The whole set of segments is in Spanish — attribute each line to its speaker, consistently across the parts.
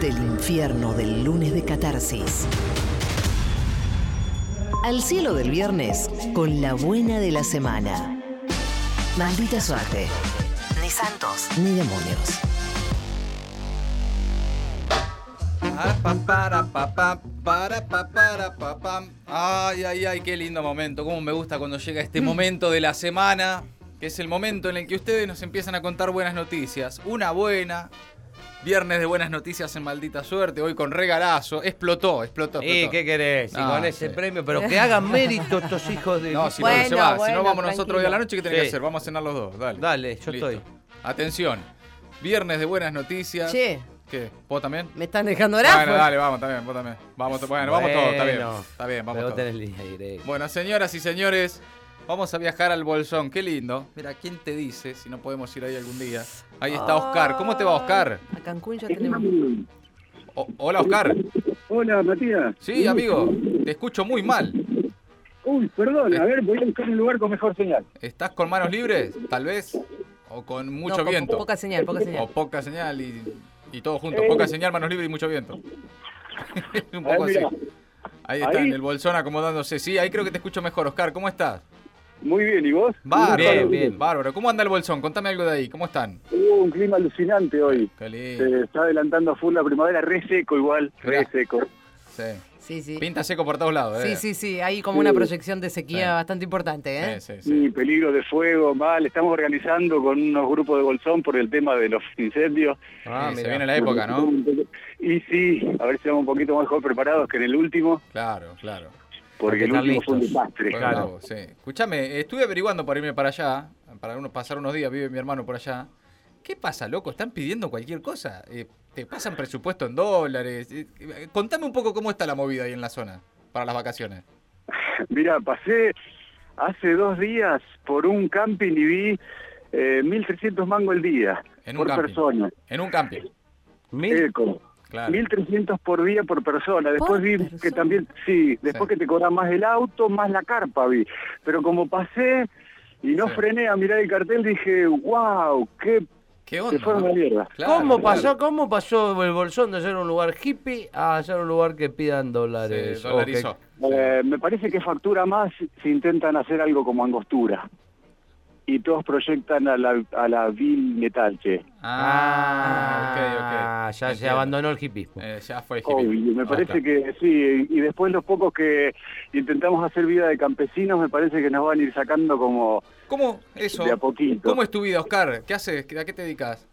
Speaker 1: Del infierno del lunes de catarsis. Al cielo del viernes con la buena de la semana. Maldita suerte. Ni santos ni demonios.
Speaker 2: Ah, pa, para, pa, pa, para, pa, para, pa, pam. Ay, ay, ay, qué lindo momento. Cómo me gusta cuando llega
Speaker 3: Mm.
Speaker 2: este momento de la semana, que es el momento en el que ustedes nos empiezan a contar buenas noticias. Una buena. Viernes de buenas noticias en maldita suerte. Hoy con regalazo. Explotó, explotó, explotó.
Speaker 3: ¿Y Eh, qué querés? Y
Speaker 2: Ah,
Speaker 3: con ese
Speaker 2: sí.
Speaker 3: premio, pero que hagan mérito estos hijos de.
Speaker 2: No, si
Speaker 4: Bueno,
Speaker 2: no se va. si no,
Speaker 4: bueno,
Speaker 2: vamos nosotros hoy a la noche. ¿Qué tenés que
Speaker 3: Sí.
Speaker 2: hacer? Vamos a cenar los dos. Dale.
Speaker 3: Dale, yo estoy.
Speaker 2: Atención. Viernes de buenas noticias.
Speaker 4: Che,
Speaker 2: ¿Qué? ¿Vos también?
Speaker 4: me están dejando orar.
Speaker 2: Bueno, dale, vamos también, vos también. Vamos, to- bueno, vamos todos, está bien.
Speaker 3: pues. Bueno,
Speaker 2: Está bien, vamos
Speaker 3: pero
Speaker 2: todos.
Speaker 3: vos tenés línea directa.
Speaker 2: Bueno, señoras y señores, vamos a viajar al Bolsón. Qué lindo. Mira, ¿quién te dice si no podemos ir ahí algún día? Ahí está Oscar. ¿Cómo te va, Oscar?
Speaker 4: A Cancún ya tenemos.
Speaker 2: O- hola, Oscar.
Speaker 5: Hola, Matías.
Speaker 2: Sí, amigo, te escucho muy mal.
Speaker 5: Uy, perdón, a ver, voy a buscar un lugar con mejor señal.
Speaker 2: ¿Estás con manos libres, tal vez? ¿O con
Speaker 4: No,
Speaker 2: mucho
Speaker 4: con po-
Speaker 2: viento?
Speaker 4: Poca señal, poca
Speaker 2: o
Speaker 4: señal.
Speaker 2: poca señal y, y todo junto. Poca señal, manos libres y mucho viento. Es Un
Speaker 5: Eh. A ver,
Speaker 2: poco así.
Speaker 5: mira.
Speaker 2: Ahí está,
Speaker 5: Ahí.
Speaker 2: en el Bolsón acomodándose. Sí, ahí creo que te escucho mejor, Oscar. ¿Cómo estás?
Speaker 5: Muy bien, ¿y vos?
Speaker 2: Bárbaro,
Speaker 3: Bien, bien.
Speaker 2: bárbaro. ¿Cómo anda el Bolsón? Contame algo de ahí. ¿Cómo están?
Speaker 5: Hubo un clima alucinante hoy.
Speaker 2: Qué lindo.
Speaker 5: Se está adelantando a full la primavera, re seco igual, re
Speaker 2: Mirá.
Speaker 5: seco.
Speaker 2: Sí.
Speaker 4: Sí, sí.
Speaker 2: Pinta seco por todos lados,
Speaker 4: Sí,
Speaker 2: ¿eh?
Speaker 4: sí, sí. Hay como una proyección de sequía
Speaker 2: Sí.
Speaker 4: bastante importante, ¿eh?
Speaker 2: Sí, sí, sí.
Speaker 5: Y peligro de fuego, mal. Estamos organizando con unos grupos de bolsón por el tema de los incendios.
Speaker 3: Ah,
Speaker 2: Sí, se
Speaker 3: mirá.
Speaker 2: viene la época, ¿no?
Speaker 5: Y sí, a ver si estamos un poquito mejor preparados que en el último,
Speaker 2: Claro, claro.
Speaker 3: Porque
Speaker 5: porque el
Speaker 3: están
Speaker 5: último fue un
Speaker 3: listos.
Speaker 5: desastre.
Speaker 2: Fue
Speaker 3: Claro.
Speaker 2: bravo, sí. Escúchame, eh, estuve averiguando para irme para allá, para unos, pasar unos días, vive mi hermano por allá. ¿Qué pasa, loco? ¿Están pidiendo cualquier cosa? Eh, ¿Te pasan presupuesto en dólares? Eh, eh, contame un poco cómo está la movida ahí en la zona para las vacaciones.
Speaker 5: Mira, pasé hace dos días por un camping y vi eh, 1.300 mango el día
Speaker 2: En un
Speaker 5: por
Speaker 2: camping.
Speaker 5: persona.
Speaker 2: En un camping,
Speaker 3: Mil-
Speaker 5: Eco.
Speaker 2: claro.
Speaker 5: 1.300 por día por persona. Después
Speaker 4: Por
Speaker 5: vi que
Speaker 4: persona.
Speaker 5: también, sí, después
Speaker 2: Sí.
Speaker 5: que te cobran más el auto, más la carpa vi. Pero como pasé y no
Speaker 2: Sí.
Speaker 5: frené a mirar el cartel, dije, wow, qué
Speaker 2: ¿Qué
Speaker 5: se
Speaker 2: onda?
Speaker 5: fueron
Speaker 2: no?
Speaker 5: la mierda.
Speaker 2: Claro,
Speaker 3: ¿Cómo,
Speaker 2: claro.
Speaker 3: pasó, ¿Cómo pasó el bolsón de ser un lugar hippie a ser un lugar que pidan
Speaker 2: Se
Speaker 3: dólares? o
Speaker 2: dolarizó.
Speaker 3: que-
Speaker 5: Eh, me parece que factura más si intentan hacer algo como angostura. Y todos proyectan a la, a la vil metal, che.
Speaker 2: Ah, ok, ok.
Speaker 3: ya se
Speaker 2: Entiendo.
Speaker 3: abandonó el hippismo.
Speaker 2: Eh, ya fue hippie.
Speaker 5: Obvio, me
Speaker 2: Ah,
Speaker 5: parece
Speaker 2: claro.
Speaker 5: que sí, y después los pocos que intentamos hacer vida de campesinos me parece que nos van a ir sacando como
Speaker 2: ¿Cómo eso?
Speaker 5: de a poquito.
Speaker 2: ¿Cómo es tu vida, Oscar? ¿Qué haces? ¿A qué te dedicas?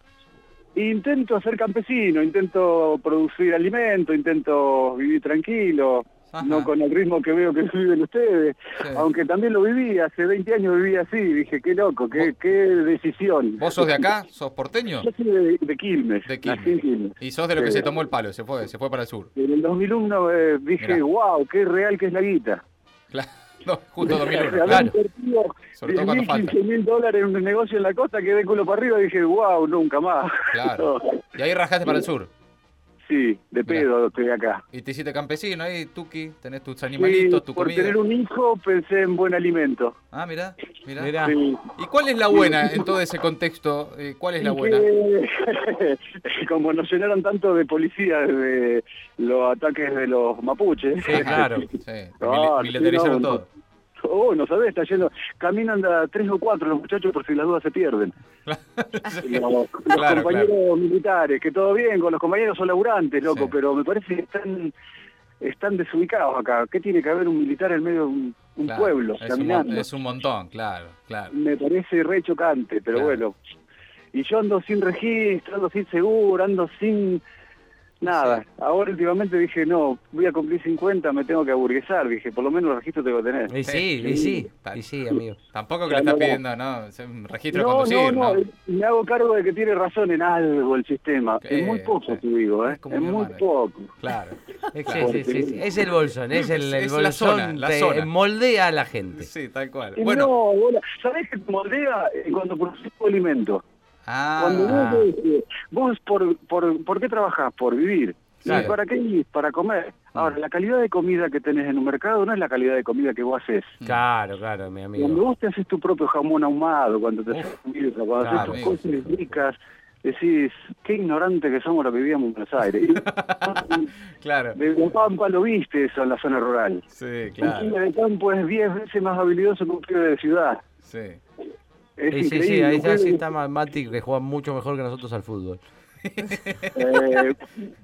Speaker 5: Intento ser campesino, intento producir alimento, intento vivir tranquilo,
Speaker 2: Ajá.
Speaker 5: no con el ritmo que veo que viven ustedes,
Speaker 2: Sí.
Speaker 5: aunque también lo viví, hace 20 años viví así, dije, qué loco, qué, qué decisión.
Speaker 2: ¿Vos sos de acá? ¿Sos porteño?
Speaker 5: Yo soy de, de Quilmes,
Speaker 2: De
Speaker 5: nací en
Speaker 2: Quilmes.
Speaker 5: Quilmes.
Speaker 2: Y sos de lo que
Speaker 5: Sí.
Speaker 2: se tomó el palo, se fue, se fue para el sur.
Speaker 5: En el 2001 eh, dije,
Speaker 2: Mirá.
Speaker 5: wow, qué real que es la guita.
Speaker 2: Claro, no, justo 2001,
Speaker 5: Había
Speaker 2: claro.
Speaker 5: invertido
Speaker 2: Sobre todo cuando
Speaker 5: 10.000,
Speaker 2: falta.
Speaker 5: 15.000 dólares en un negocio en la costa, quedé culo para arriba y dije, wow, nunca más.
Speaker 2: Claro. Y ahí rajaste para el sur.
Speaker 5: sí, de
Speaker 2: Mirá.
Speaker 5: pedo estoy acá.
Speaker 2: Y te hiciste campesino ahí, tuki, tenés tus
Speaker 5: Sí,
Speaker 2: animalitos, tu
Speaker 5: por
Speaker 2: comida.
Speaker 5: tener un hijo pensé en buen alimento.
Speaker 2: Ah, mirá, mirá.
Speaker 3: Mirá.
Speaker 5: Sí.
Speaker 2: ¿Y cuál es la buena en todo ese contexto? Eh, ¿Cuál es la
Speaker 5: Y
Speaker 2: buena?
Speaker 5: que- como nos llenaron tanto de policías de los ataques de los mapuches.
Speaker 3: Sí, claro.
Speaker 2: Sí, te
Speaker 5: Ah,
Speaker 2: mili- militarizaron
Speaker 5: sí, no,
Speaker 2: todo.
Speaker 5: Oh, no sabés, está yendo. Caminan de a tres o cuatro los muchachos por si las dudas se pierden. Los, los
Speaker 2: Claro,
Speaker 5: compañeros militares, que todo bien, con los compañeros son laburantes, loco,
Speaker 2: Sí.
Speaker 5: pero me parece que están, están desubicados acá. ¿Qué tiene que haber un militar en medio de un, un
Speaker 2: Claro,
Speaker 5: pueblo
Speaker 2: es un, mon-
Speaker 5: caminando?
Speaker 2: es un montón, claro, claro.
Speaker 5: me parece re chocante, pero
Speaker 2: Claro.
Speaker 5: bueno. Y yo ando sin registro, ando sin seguro, ando sin nada.
Speaker 2: Sí.
Speaker 5: Ahora últimamente dije, no, voy a cumplir 50, me tengo que aburguesar. Dije, por lo menos el registro tengo que tener.
Speaker 3: Y sí,
Speaker 2: Sí.
Speaker 3: y sí,
Speaker 2: Tal.
Speaker 3: y sí, amigo.
Speaker 2: Tampoco que le
Speaker 5: Claro,
Speaker 2: estás
Speaker 5: no.
Speaker 2: pidiendo, ¿no? Es un registro de
Speaker 5: No, no,
Speaker 2: conducir,
Speaker 5: no,
Speaker 2: ¿no?
Speaker 5: me hago cargo de que tiene razón en algo el sistema.
Speaker 2: Eh,
Speaker 5: en muy poco,
Speaker 2: sí.
Speaker 5: te digo,
Speaker 2: Es
Speaker 5: ¿eh?
Speaker 2: como
Speaker 5: En
Speaker 2: mi
Speaker 5: muy
Speaker 2: hermana.
Speaker 5: poco.
Speaker 2: Claro.
Speaker 3: Es,
Speaker 2: Claro.
Speaker 3: sí, sí, sí, sí. Es el bolsón, es el, el
Speaker 2: Es la
Speaker 3: bolsón.
Speaker 2: zona, la
Speaker 3: te
Speaker 2: zona.
Speaker 3: Moldea a la gente.
Speaker 2: Sí, tal cual.
Speaker 5: Y
Speaker 2: Bueno,
Speaker 5: No, bola, ¿sabés que te moldea eh, cuando produzco alimento? Cuando
Speaker 2: ah,
Speaker 3: Ah.
Speaker 5: vos, decís, vos por, por, ¿por qué trabajás? Por vivir. ¿Y
Speaker 2: Claro.
Speaker 5: para qué vivís? Para comer. Ahora,
Speaker 2: Mm.
Speaker 5: la calidad de comida que tenés en un mercado no es la calidad de comida que vos haces.
Speaker 3: Claro, claro, mi amigo.
Speaker 5: Cuando vos te haces tu propio jamón ahumado, cuando te
Speaker 2: Uf.
Speaker 5: haces tu birra, cuando
Speaker 3: Claro,
Speaker 5: haces
Speaker 2: amigo,
Speaker 5: tus cosas ricas, decís, qué ignorante que somos los que vivíamos en Buenos Aires.
Speaker 2: Claro.
Speaker 5: de Pampa lo viste eso en la zona rural.
Speaker 2: Sí,
Speaker 5: Un pibe
Speaker 2: claro.
Speaker 5: de campo es 10 veces más habilidoso que un pibe de ciudad.
Speaker 2: Sí.
Speaker 5: Es
Speaker 3: Sí, sí, sí,
Speaker 5: increíble.
Speaker 3: ahí
Speaker 5: Un
Speaker 3: ya sí
Speaker 5: pibe-
Speaker 3: está Ma- Mati, que juega mucho mejor que nosotros al fútbol.
Speaker 5: Eh,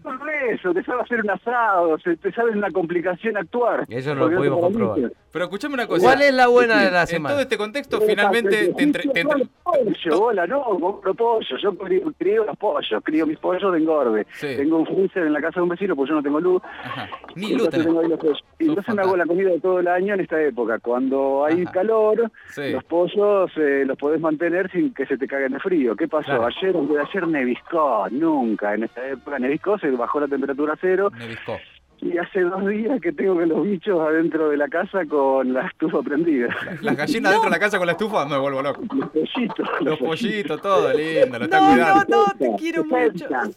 Speaker 5: por eso, te sabe hacer un asado, se- te sabe una complicación actuar.
Speaker 3: Eso no lo
Speaker 5: Porque
Speaker 3: pudimos
Speaker 5: te lo
Speaker 3: comprobar.
Speaker 2: Pero escuchame una cosa.
Speaker 3: ¿Cuál es la buena de la
Speaker 2: en todo
Speaker 3: semana?
Speaker 2: este contexto,
Speaker 5: viste.
Speaker 2: finalmente te, entre- te entre-
Speaker 5: Yo pollo, bola, no, compro pollo. Yo crío, crío los pollos, crío mis pollos de engorde.
Speaker 2: Sí.
Speaker 5: Tengo un freezer en la casa de un vecino porque yo no tengo luz.
Speaker 2: Ajá. Ni luz
Speaker 5: Entonces
Speaker 2: tenés.
Speaker 5: tengo ahí los pollos. Y
Speaker 2: Sos
Speaker 5: entonces me hago la comida de todo el año en esta época. Cuando hay
Speaker 2: Ajá.
Speaker 5: calor,
Speaker 2: Sí.
Speaker 5: los pollos eh, los podés mantener sin que se te caguen de frío. ¿Qué pasó?
Speaker 3: Claro.
Speaker 5: Ayer, ayer neviscó, nunca. En esta época neviscó, se bajó la temperatura a cero.
Speaker 2: Me discó.
Speaker 5: Y hace dos días que tengo que los bichos adentro de la casa con la estufa prendida.
Speaker 2: Las gallinas dentro de la casa con la estufa, me vuelvo loco.
Speaker 5: Los pollitos.
Speaker 2: Los pollitos, todo lindo, lo está
Speaker 4: No, no,
Speaker 2: cuidando.
Speaker 4: no, te quiero mucho.
Speaker 5: Sesenta,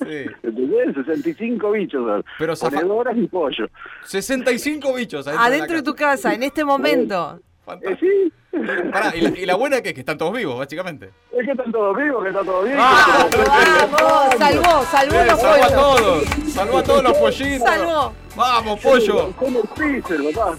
Speaker 2: Sí.
Speaker 5: ¿Entendés? 65 bichos. son.
Speaker 2: Pero zafa-
Speaker 5: Ponedoras y pollo.
Speaker 2: 65 bichos adentro,
Speaker 4: Adentro de
Speaker 2: la
Speaker 4: tu casa, en este momento.
Speaker 5: Eh,
Speaker 2: Fantástico.
Speaker 5: sí,
Speaker 2: Pará, y la, y la buena que es que están todos vivos, básicamente.
Speaker 5: es que están todos vivos, que está todo bien.
Speaker 2: Ah,
Speaker 5: que todo-
Speaker 4: ¡Vamos! Salvó, salvó los
Speaker 2: salvó a
Speaker 4: pollos.
Speaker 2: todos, salvó a todos los pollitos.
Speaker 4: Salvó.
Speaker 2: Vamos, pollo.
Speaker 5: Son el freezer, papá.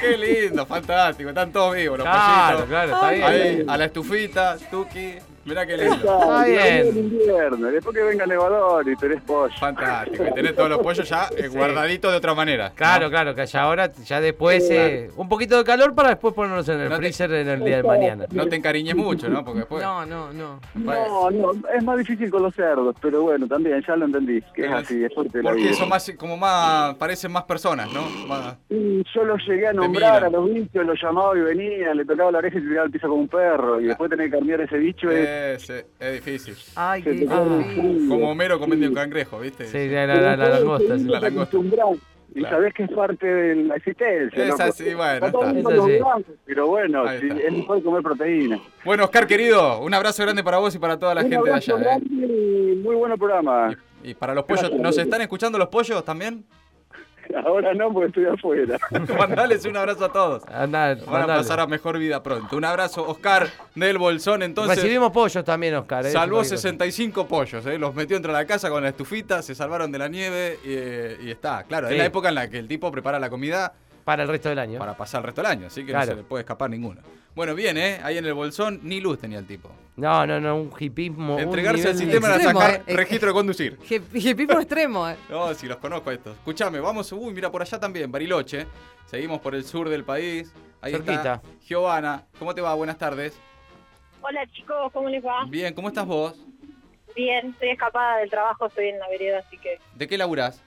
Speaker 2: Qué lindo, fantástico, están todos vivos los
Speaker 3: Claro,
Speaker 2: pollitos.
Speaker 3: claro, está bien.
Speaker 2: Ahí, a la estufita, Tuki. Mirá qué lindo.
Speaker 5: Está
Speaker 3: bien.
Speaker 5: El invierno, después que venga el nevador y tenés pollo.
Speaker 2: Fantástico. Y tenés todos los pollos ya eh, guardaditos de otra manera. ¿no?
Speaker 3: Claro, claro, que ya ahora, ya después, eh, un poquito de calor para después ponernos en el
Speaker 2: No te-
Speaker 3: freezer en el día de mañana.
Speaker 2: No te encariñes mucho, ¿no? Porque después.
Speaker 4: No, no, no.
Speaker 5: No, no, es más difícil con los cerdos, pero bueno, también ya lo entendí, que es así, es fuerte la vida.
Speaker 2: Porque son más, como más, parecen más personas, ¿no? Más-
Speaker 5: Y Yo los llegué a nombrar a
Speaker 2: miran.
Speaker 5: los bichos, los llamaba y venía, le tocaba la oreja y se tiraba al piso como un perro, y después tenés que cambiar ese bicho es-
Speaker 2: Ah. Eh, sí, es, difícil.
Speaker 4: Ay,
Speaker 5: se
Speaker 4: qué
Speaker 5: te pone un
Speaker 4: difícil.
Speaker 5: frío.
Speaker 2: Como Homero comiendo un cangrejo, ¿viste?
Speaker 3: Sí, la, la, la, la
Speaker 5: Pero
Speaker 3: langosta.
Speaker 5: tenés
Speaker 3: sí.
Speaker 5: que
Speaker 2: La langosta.
Speaker 5: acostumbrarte, Y
Speaker 2: Claro.
Speaker 5: sabés que es parte de la existencia.
Speaker 2: Es
Speaker 5: loco.
Speaker 2: así, bueno,
Speaker 5: Está todo
Speaker 2: está.
Speaker 5: el mundo
Speaker 3: Es así.
Speaker 5: logrando, Pero bueno,
Speaker 2: Ahí
Speaker 5: si-
Speaker 2: está.
Speaker 5: es mejor comer proteína.
Speaker 2: Bueno, Oscar querido, un abrazo grande para vos y para toda la
Speaker 5: Un
Speaker 2: gente de
Speaker 5: abrazo
Speaker 2: allá. ¿eh?
Speaker 5: grande y Muy bueno programa.
Speaker 2: Y, y para los pollos, ¿nos están escuchando los pollos también?
Speaker 5: Ahora no, porque estoy afuera.
Speaker 2: Mandales un abrazo a todos.
Speaker 3: Andá,
Speaker 2: Van a
Speaker 3: mandale.
Speaker 2: pasar a mejor vida pronto. Un abrazo, Oscar del Bolsón. Entonces,
Speaker 3: Recibimos pollos también, Oscar. eh,
Speaker 2: salvó
Speaker 3: cualquier cosa.
Speaker 2: 65 pollos. ¿eh? Los metió entre la casa con la estufita, se salvaron de la nieve y, eh, y está. Claro,
Speaker 3: Sí.
Speaker 2: es la época en la que el tipo prepara la comida
Speaker 3: Para el resto del año.
Speaker 2: para pasar el resto del año, así que
Speaker 3: Claro.
Speaker 2: no se le puede escapar ninguno. Bueno, bien, ¿eh? Ahí en el Bolsón ni luz tenía el tipo.
Speaker 3: No, no, no, un hipismo. Oh, un
Speaker 2: Entregarse al
Speaker 3: nivel-
Speaker 2: sistema era
Speaker 4: extremo,
Speaker 2: sacar
Speaker 4: eh.
Speaker 2: registro de conducir.
Speaker 4: Jepipo extremo. eh.
Speaker 2: No, si los conozco a estos. Escuchame, vamos. Uy, mira por allá también, Bariloche. Seguimos por el sur del país. Ahí
Speaker 3: Cerquita.
Speaker 2: está. Giovanna, ¿cómo te va? Buenas tardes.
Speaker 6: Hola chicos, ¿cómo les va?
Speaker 2: Bien, ¿cómo estás vos?
Speaker 6: Bien, estoy escapada del trabajo, estoy en la vereda, así que
Speaker 2: ¿De qué laburás?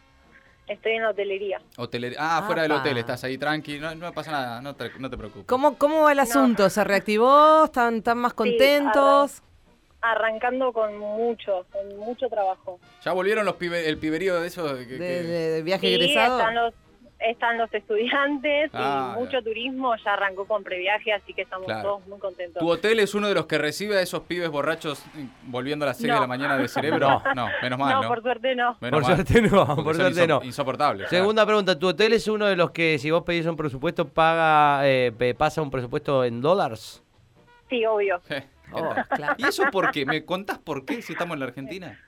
Speaker 6: estoy en la hotelería.
Speaker 2: Hotelería. Ah, fuera del
Speaker 4: Apa.
Speaker 2: hotel, estás ahí tranqui. No, no pasa nada, no te, no te preocupes.
Speaker 4: ¿Cómo, ¿Cómo va el asunto? ¿Se reactivó? ¿Están, están más contentos?
Speaker 6: Arrancando con mucho, con mucho trabajo.
Speaker 2: ¿Ya volvieron los pibe- el piberío de esos? que- que-
Speaker 4: ¿De, de- de viaje
Speaker 6: Sí,
Speaker 4: egresado?
Speaker 6: están los, están los estudiantes
Speaker 2: Ah,
Speaker 6: y mucho turismo, ya arrancó con previaje, así que estamos
Speaker 2: Claro.
Speaker 6: todos muy contentos.
Speaker 2: ¿Tu hotel es uno de los que recibe a esos pibes borrachos eh, volviendo a las 6 de
Speaker 6: No.
Speaker 2: la mañana de cerebro? No, menos mal, ¿no?
Speaker 6: no, por suerte no.
Speaker 2: Menos
Speaker 3: Por
Speaker 2: mal,
Speaker 3: suerte no,
Speaker 2: porque
Speaker 3: por
Speaker 2: son
Speaker 3: suerte no.
Speaker 2: insop- Insoportables. claro.
Speaker 3: Segunda pregunta, ¿tu hotel es uno de los que si vos pedís un presupuesto paga eh, pe- pasa un presupuesto en dólares?
Speaker 6: Sí, obvio.
Speaker 2: Eh, ¿qué
Speaker 4: Oh,
Speaker 2: tal?
Speaker 4: claro.
Speaker 2: ¿Y eso por qué? ¿Me contás por qué si estamos en la Argentina?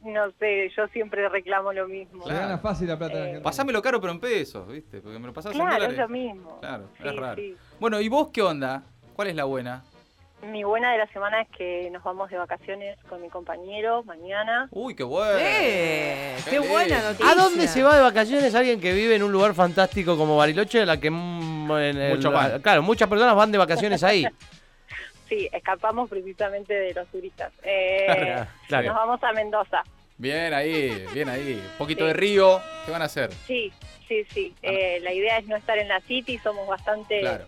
Speaker 6: No sé, yo siempre reclamo lo mismo.
Speaker 2: Claro.
Speaker 7: gana fácil la plata de la
Speaker 6: Eh,
Speaker 7: gente.
Speaker 2: Pasámelo caro pero en pesos, ¿viste? Porque me lo pasás
Speaker 6: Claro,
Speaker 2: en
Speaker 6: es lo
Speaker 2: dólares.
Speaker 6: mismo.
Speaker 2: Claro,
Speaker 6: Sí,
Speaker 2: es raro.
Speaker 6: sí.
Speaker 2: Bueno, ¿y vos qué onda? ¿Cuál es la buena?
Speaker 6: Mi buena de la semana es que nos vamos de vacaciones con mi compañero mañana.
Speaker 2: Uy, qué bueno.
Speaker 4: ¡Eh!
Speaker 2: Qué
Speaker 4: ¡Qué
Speaker 2: lindo.
Speaker 4: buena noticia!
Speaker 3: ¿A dónde se va de vacaciones alguien que vive en un lugar fantástico como Bariloche, la que mm, en el-
Speaker 2: Mucho van.
Speaker 3: claro, muchas personas van de vacaciones ahí?
Speaker 6: Sí, escapamos precisamente de los turistas. Eh,
Speaker 3: Claro.
Speaker 6: Nos vamos a Mendoza.
Speaker 2: Bien ahí, bien ahí. Un poquito de río, ¿qué van a hacer?
Speaker 6: Sí, sí, sí. Eh, la idea es no estar en la city, somos bastante...
Speaker 2: Ah. Claro.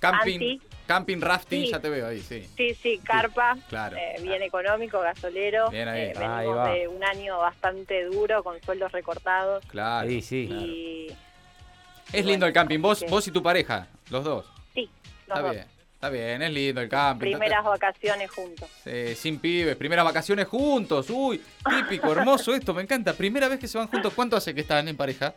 Speaker 2: Camping,
Speaker 6: Anti.
Speaker 2: camping rafting,
Speaker 6: Sí.
Speaker 2: ya te veo ahí, sí.
Speaker 6: Sí, sí, carpa.
Speaker 2: Claro.
Speaker 6: eh, bien económico, gasolero.
Speaker 2: Bien ahí.
Speaker 6: Eh,
Speaker 3: Ahí
Speaker 6: venimos
Speaker 3: va.
Speaker 6: de un año bastante duro, con sueldos recortados.
Speaker 2: Claro.
Speaker 3: Sí, sí.
Speaker 6: Y
Speaker 2: Es lindo el camping, vos,
Speaker 6: Sí.
Speaker 2: vos y tu pareja, los dos.
Speaker 6: sí, nos
Speaker 2: Está
Speaker 6: vamos.
Speaker 2: bien, está bien, es lindo el camping.
Speaker 6: Primeras vacaciones juntos.
Speaker 2: Eh, sin pibes, primeras vacaciones juntos, uy, típico, hermoso esto, me encanta. Primera vez que se van juntos, ¿cuánto hace que están en pareja?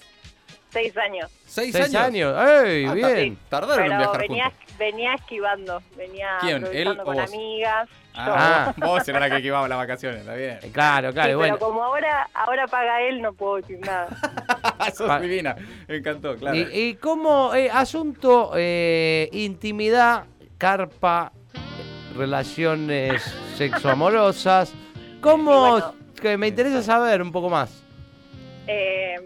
Speaker 6: Seis años.
Speaker 2: ¿Seis,
Speaker 3: ¿Seis
Speaker 2: años?
Speaker 3: años? ¡Ey,
Speaker 2: Ah, ta-
Speaker 3: bien!
Speaker 2: Tardaron en
Speaker 6: Pero
Speaker 2: viajar
Speaker 6: venía,
Speaker 2: juntos.
Speaker 6: venía esquivando, venía
Speaker 2: ¿Quién? ¿Él
Speaker 6: improvisando
Speaker 2: o
Speaker 6: con
Speaker 2: vos?
Speaker 6: amigas. yo.
Speaker 2: Ah, vos era la que llevaba las vacaciones, está bien.
Speaker 3: Eh, Claro,
Speaker 6: Sí,
Speaker 3: claro, bueno.
Speaker 6: Pero como ahora, ahora paga él, no puedo decir nada.
Speaker 2: Sos
Speaker 3: Pa-
Speaker 2: divina. Me encantó, claro.
Speaker 3: Ah. Y, y cómo, eh, asunto, eh, intimidad, carpa, relaciones sexoamorosas. ¿Cómo?
Speaker 6: Y bueno.
Speaker 3: que me interesa saber un poco más.
Speaker 6: Eh,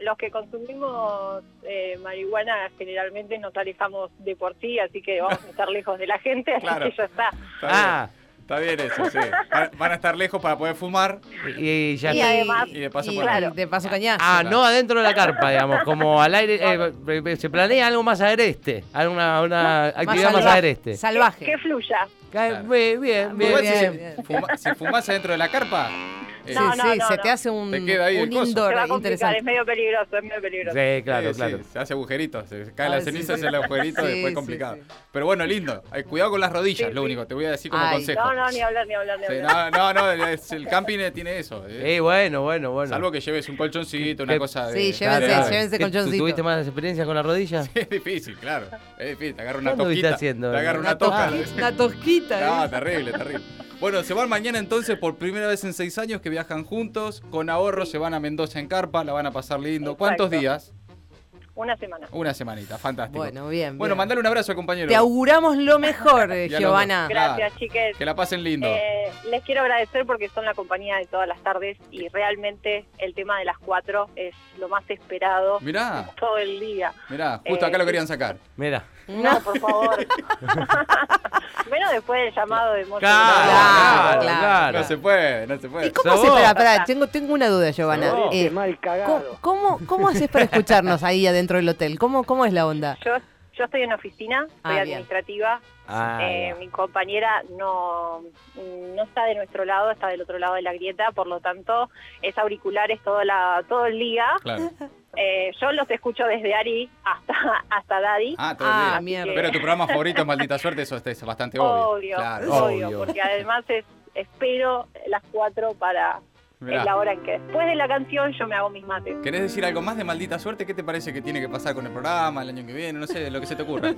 Speaker 6: los que consumimos eh, marihuana generalmente nos alejamos de por sí, así que vamos a estar lejos de la gente, así
Speaker 2: Claro.
Speaker 6: que ya está.
Speaker 2: Está
Speaker 3: ah,
Speaker 2: bien. Está bien eso, sí. Van- Van a estar lejos para poder fumar.
Speaker 3: y, y ya
Speaker 6: Y
Speaker 3: está.
Speaker 6: además-
Speaker 2: Y de paso
Speaker 4: y
Speaker 2: por-
Speaker 6: Claro.
Speaker 4: de paso cañazo.
Speaker 3: Ah, no adentro de la carpa, digamos, como al aire. eh, eh, eh, se planea algo más agreste, alguna una actividad más
Speaker 4: salva-
Speaker 3: agreste.
Speaker 4: Salvaje.
Speaker 6: Que fluya.
Speaker 3: Ca- eh, Bien, bien,
Speaker 4: Muy
Speaker 2: Igual
Speaker 3: bien.
Speaker 2: si,
Speaker 4: bien,
Speaker 2: se-
Speaker 4: bien.
Speaker 2: fuma- si fumás adentro de la carpa, eh,
Speaker 6: No,
Speaker 4: sí,
Speaker 6: no,
Speaker 4: sí,
Speaker 6: no,
Speaker 4: se
Speaker 6: no.
Speaker 4: te hace un,
Speaker 2: Te queda ahí el
Speaker 4: un
Speaker 2: coso.
Speaker 6: Se
Speaker 4: indoor
Speaker 6: va a complicar, es
Speaker 4: interesante.
Speaker 6: medio peligroso, es medio peligroso.
Speaker 3: Sí, claro,
Speaker 2: eh,
Speaker 3: claro.
Speaker 2: sí, se hace agujeritos. Se cae
Speaker 4: Ah,
Speaker 2: la
Speaker 4: sí,
Speaker 2: ceniza,
Speaker 4: sí.
Speaker 2: se hace el agujerito
Speaker 4: Sí,
Speaker 2: y después
Speaker 4: sí,
Speaker 2: es complicado.
Speaker 4: sí.
Speaker 2: Pero bueno, lindo. Eh, cuidado con las rodillas,
Speaker 6: Sí,
Speaker 2: lo
Speaker 6: sí.
Speaker 2: único. Te voy a decir como
Speaker 4: Ay.
Speaker 2: consejo.
Speaker 6: No, no, ni hablar, ni hablar, ni
Speaker 2: Sí,
Speaker 6: hablar.
Speaker 2: no, no, no, es- el camping eh, tiene eso. eh.
Speaker 3: Eh, bueno, bueno, bueno.
Speaker 2: Salvo que lleves un colchoncito, una
Speaker 3: Que-
Speaker 2: cosa de.
Speaker 4: Sí,
Speaker 2: Claro,
Speaker 4: llévense,
Speaker 2: claro.
Speaker 4: llévense
Speaker 3: ¿Qué,
Speaker 4: colchoncito.
Speaker 3: ¿tú ¿Tuviste más experiencia con la rodilla?
Speaker 2: Es difícil, claro. Es difícil. Te agarra una
Speaker 3: ¿Cuándo
Speaker 2: toquita.
Speaker 3: viste haciendo?
Speaker 2: Te agarra
Speaker 4: Una
Speaker 2: una toca.
Speaker 4: tosquita. Una tosquita. ¿eh?
Speaker 2: No, terrible, terrible. Bueno, se van mañana entonces por primera vez en seis años que viajan juntos. Con ahorro se van a Mendoza en carpa, la van a pasar lindo.
Speaker 6: Exacto.
Speaker 2: ¿Cuántos días?
Speaker 6: Una semana.
Speaker 2: Una semanita, fantástico.
Speaker 4: Bueno, bien,
Speaker 2: Bueno,
Speaker 4: bien.
Speaker 2: mandale un abrazo al compañero.
Speaker 4: Te auguramos lo mejor, eh,
Speaker 2: Y a los
Speaker 4: Giovanna.
Speaker 2: dos.
Speaker 6: Gracias,
Speaker 2: Claro.
Speaker 6: chiques.
Speaker 2: que la pasen lindo.
Speaker 6: Eh, les quiero agradecer porque son la compañía de todas las tardes y realmente el tema de las cuatro es lo más esperado
Speaker 2: Mirá,
Speaker 6: todo el día.
Speaker 2: mirá, justo acá
Speaker 6: Eh,
Speaker 2: lo querían sacar.
Speaker 3: Mira.
Speaker 6: No, por favor. Menos después del llamado de Moyo.
Speaker 4: Claro,
Speaker 3: Claro,
Speaker 4: claro.
Speaker 3: claro.
Speaker 2: No se puede, no se puede.
Speaker 4: ¿Y cómo haces?
Speaker 3: Sos vos.
Speaker 4: Pará, pará, tengo, tengo una duda, Giovanna.
Speaker 2: Sos vos.
Speaker 4: Eh,
Speaker 5: mal
Speaker 4: ¿cómo, cómo, cómo haces para escucharnos ahí adentro del hotel? ¿Cómo, cómo es la onda?
Speaker 6: Yo, yo estoy en oficina, soy
Speaker 4: Ah, bien.
Speaker 6: administrativa.
Speaker 3: Ah,
Speaker 6: Eh,
Speaker 3: ya.
Speaker 6: mi compañera no, no está de nuestro lado, está del otro lado de la grieta, por lo tanto es auriculares todo, la, todo el día.
Speaker 2: Claro.
Speaker 6: Eh, yo los escucho desde Ari hasta, hasta Daddy.
Speaker 2: Ah, todo
Speaker 4: Ah,
Speaker 2: bien.
Speaker 4: mierda.
Speaker 2: Pero tu programa favorito es Maldita Suerte, eso es bastante obvio.
Speaker 6: obvio,
Speaker 2: Claro,
Speaker 6: obvio,
Speaker 3: obvio.
Speaker 6: porque además es, espero las cuatro para
Speaker 2: mirá.
Speaker 6: es la hora en que después de la canción yo me hago mis mates.
Speaker 2: ¿Querés decir algo más de Maldita Suerte? ¿Qué te parece que tiene que pasar con el programa el año que viene? No sé, lo que se te ocurra.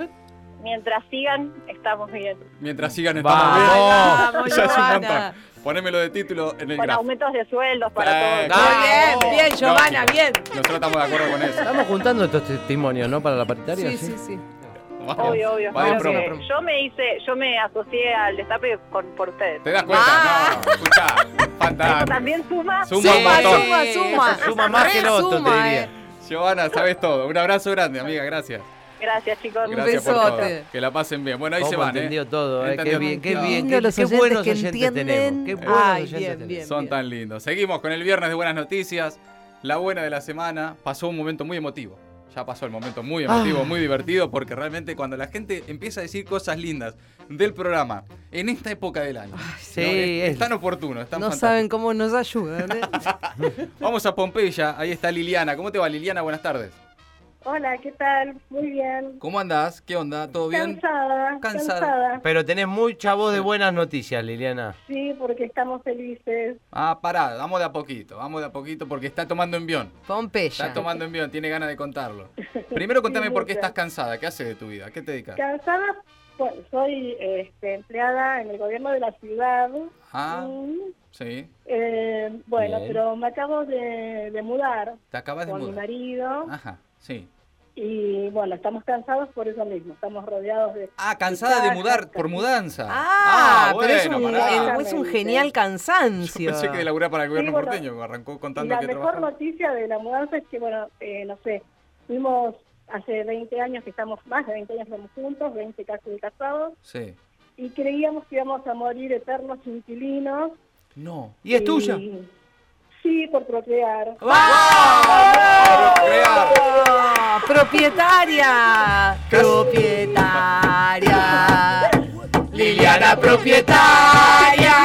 Speaker 6: Mientras sigan, estamos bien.
Speaker 2: Mientras sigan estamos
Speaker 3: Vamos.
Speaker 2: bien.
Speaker 4: Vamos,
Speaker 2: Ya es un
Speaker 4: Giovanna.
Speaker 2: montón. Ponémelo de título en el
Speaker 6: Con
Speaker 2: grafo.
Speaker 6: aumentos de sueldos
Speaker 2: Eh,
Speaker 6: para todos.
Speaker 3: claro.
Speaker 4: Muy bien, bien, Giovanna,
Speaker 2: Lógico.
Speaker 4: bien.
Speaker 2: Nosotros estamos de acuerdo con eso.
Speaker 3: Estamos juntando estos testimonios, ¿no? Para la paritaria.
Speaker 4: Sí, sí, sí.
Speaker 2: Vamos.
Speaker 7: Oh,
Speaker 6: Obvio, obvio.
Speaker 2: Va de
Speaker 6: Pero
Speaker 2: promo.
Speaker 6: que yo me hice, yo me asocié al destape con, por ustedes.
Speaker 2: ¿Te das cuenta?
Speaker 4: Ah.
Speaker 2: No, escuchá.
Speaker 6: Eso
Speaker 2: Fantástico.
Speaker 6: también suma.
Speaker 2: Suma un
Speaker 4: Suma,
Speaker 2: montón.
Speaker 4: suma, suma.
Speaker 3: Suma más que el otro, te
Speaker 4: Resuma,
Speaker 3: diría.
Speaker 4: eh.
Speaker 2: Giovanna, sabes todo. Un abrazo grande, amiga. Gracias.
Speaker 6: Gracias, chicos.
Speaker 4: Un
Speaker 2: Gracias por todo.
Speaker 4: besote.
Speaker 2: Que la pasen bien. Bueno, ahí
Speaker 3: Cómo
Speaker 2: se van,
Speaker 3: entendió
Speaker 2: ¿eh?
Speaker 3: todo, eh,
Speaker 2: Entendió.
Speaker 3: qué bien, qué
Speaker 2: Ay,
Speaker 3: bien,
Speaker 4: lindo
Speaker 3: qué,
Speaker 4: los
Speaker 3: qué
Speaker 4: oyentes
Speaker 3: buenos
Speaker 4: que
Speaker 3: oyentes
Speaker 4: entienden.
Speaker 3: tenemos, qué buenos
Speaker 4: Ay,
Speaker 3: oyentes
Speaker 4: bien,
Speaker 3: tenemos.
Speaker 4: bien.
Speaker 2: Son tan lindos. Seguimos con el viernes de buenas noticias. La buena de la semana pasó un momento muy emotivo. Ya pasó el momento muy emotivo,
Speaker 4: Ah.
Speaker 2: muy divertido, porque realmente cuando la gente empieza a decir cosas lindas del programa en esta época del año,
Speaker 3: sí,
Speaker 2: ¿no? es, es
Speaker 3: es-
Speaker 2: tan oportuno, es tan
Speaker 4: No
Speaker 2: fantástico.
Speaker 4: saben cómo nos ayudan. ¿eh?
Speaker 2: Vamos a Pompeya, ahí está Liliana. ¿Cómo te va, Liliana? Buenas tardes.
Speaker 7: Hola, ¿qué tal? Muy bien.
Speaker 2: ¿Cómo andás? ¿Qué onda? ¿Todo bien?
Speaker 7: Cansada,
Speaker 2: Cansada.
Speaker 7: cansada.
Speaker 3: Pero tenés mucha voz de buenas noticias, Liliana.
Speaker 7: Sí, porque estamos felices.
Speaker 2: Ah, pará, vamos de a poquito, vamos de a poquito porque está tomando envión. Está
Speaker 4: Pompeya.
Speaker 2: tomando envión, tiene ganas de contarlo. Primero contame por qué estás cansada, qué haces de tu vida, qué te dedicas.
Speaker 7: Cansada, bueno, soy este, empleada en el gobierno de la ciudad.
Speaker 2: Ah,
Speaker 7: Mm,
Speaker 2: sí.
Speaker 7: eh, bueno,
Speaker 3: Bien.
Speaker 7: pero me acabo de, de mudar
Speaker 2: Te acabas Ah, de
Speaker 7: con mi
Speaker 2: mudar.
Speaker 7: marido
Speaker 2: Ajá, sí.
Speaker 7: y bueno, estamos cansados por eso mismo. Estamos rodeados de...
Speaker 2: Ah, cansada de mudar, por mudanza.
Speaker 4: Ah, pero es un,
Speaker 2: pará.
Speaker 7: el-
Speaker 4: es un genial
Speaker 2: Yo
Speaker 4: cansancio.
Speaker 2: pensé que laburar para el gobierno
Speaker 7: Sí, bueno.
Speaker 2: porteño, me arrancó
Speaker 7: Y
Speaker 2: contando
Speaker 7: la
Speaker 2: que
Speaker 7: mejor
Speaker 2: trabajaba.
Speaker 7: noticia de la mudanza es que, bueno, eh, no sé, fuimos hace 20 años que estamos, más de 20 años estamos juntos, 20 casi de casados.
Speaker 2: Sí.
Speaker 7: y creíamos que íbamos a morir eternos inquilinos.
Speaker 2: No.
Speaker 3: Y es tuya.
Speaker 7: Sí, por procrear.
Speaker 4: Ah, Propietaria. Propietaria.
Speaker 3: Liliana propietaria.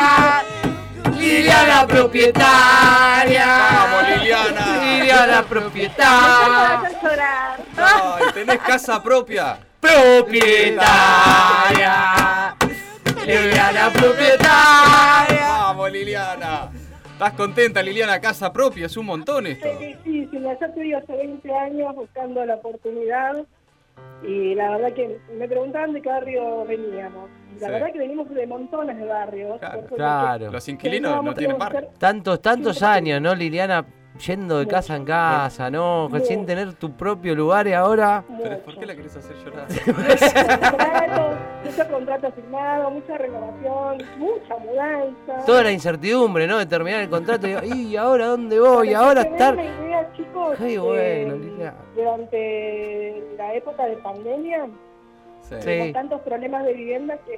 Speaker 3: Liliana propietaria.
Speaker 2: Vamos, Liliana.
Speaker 3: Liliana
Speaker 7: Ah.
Speaker 3: propietaria.
Speaker 7: llorar.
Speaker 2: Ay, tenés casa propia.
Speaker 3: Propietaria. Liliana propietaria.
Speaker 2: Vamos, Liliana. ¿Estás contenta, Liliana? Casa propia, es un montón esto.
Speaker 6: Felicísima, yo te digo, hace 20 años buscando la oportunidad y la verdad que me preguntaban de qué barrio veníamos. Y La
Speaker 2: Sí.
Speaker 6: verdad que venimos de montones de barrios.
Speaker 2: Claro.
Speaker 6: por suerte
Speaker 3: Claro.
Speaker 2: Los inquilinos no
Speaker 6: Teníamos
Speaker 2: tienen
Speaker 6: que buscar-
Speaker 2: parque.
Speaker 3: Tantos, tantos
Speaker 6: Siempre-
Speaker 3: años, ¿no, Liliana? Yendo de casa en casa, ¿no? Recién
Speaker 6: Mucho.
Speaker 3: tener tu propio lugar y ahora.
Speaker 2: Pero
Speaker 6: mucho.
Speaker 2: ¿por qué la querés hacer llorar?
Speaker 6: Contratos, muchos contratos firmados, mucha renovación, mucha mudanza.
Speaker 3: Toda la incertidumbre, ¿no? De terminar el contrato. Y, y ahora dónde voy, y
Speaker 6: Para
Speaker 3: ahora
Speaker 6: que se den
Speaker 3: estar.
Speaker 6: una idea, chicos,
Speaker 3: Qué
Speaker 6: eh,
Speaker 3: bueno, Liliana.
Speaker 6: durante la época de pandemia,
Speaker 3: Sí.
Speaker 6: con tantos problemas de vivienda que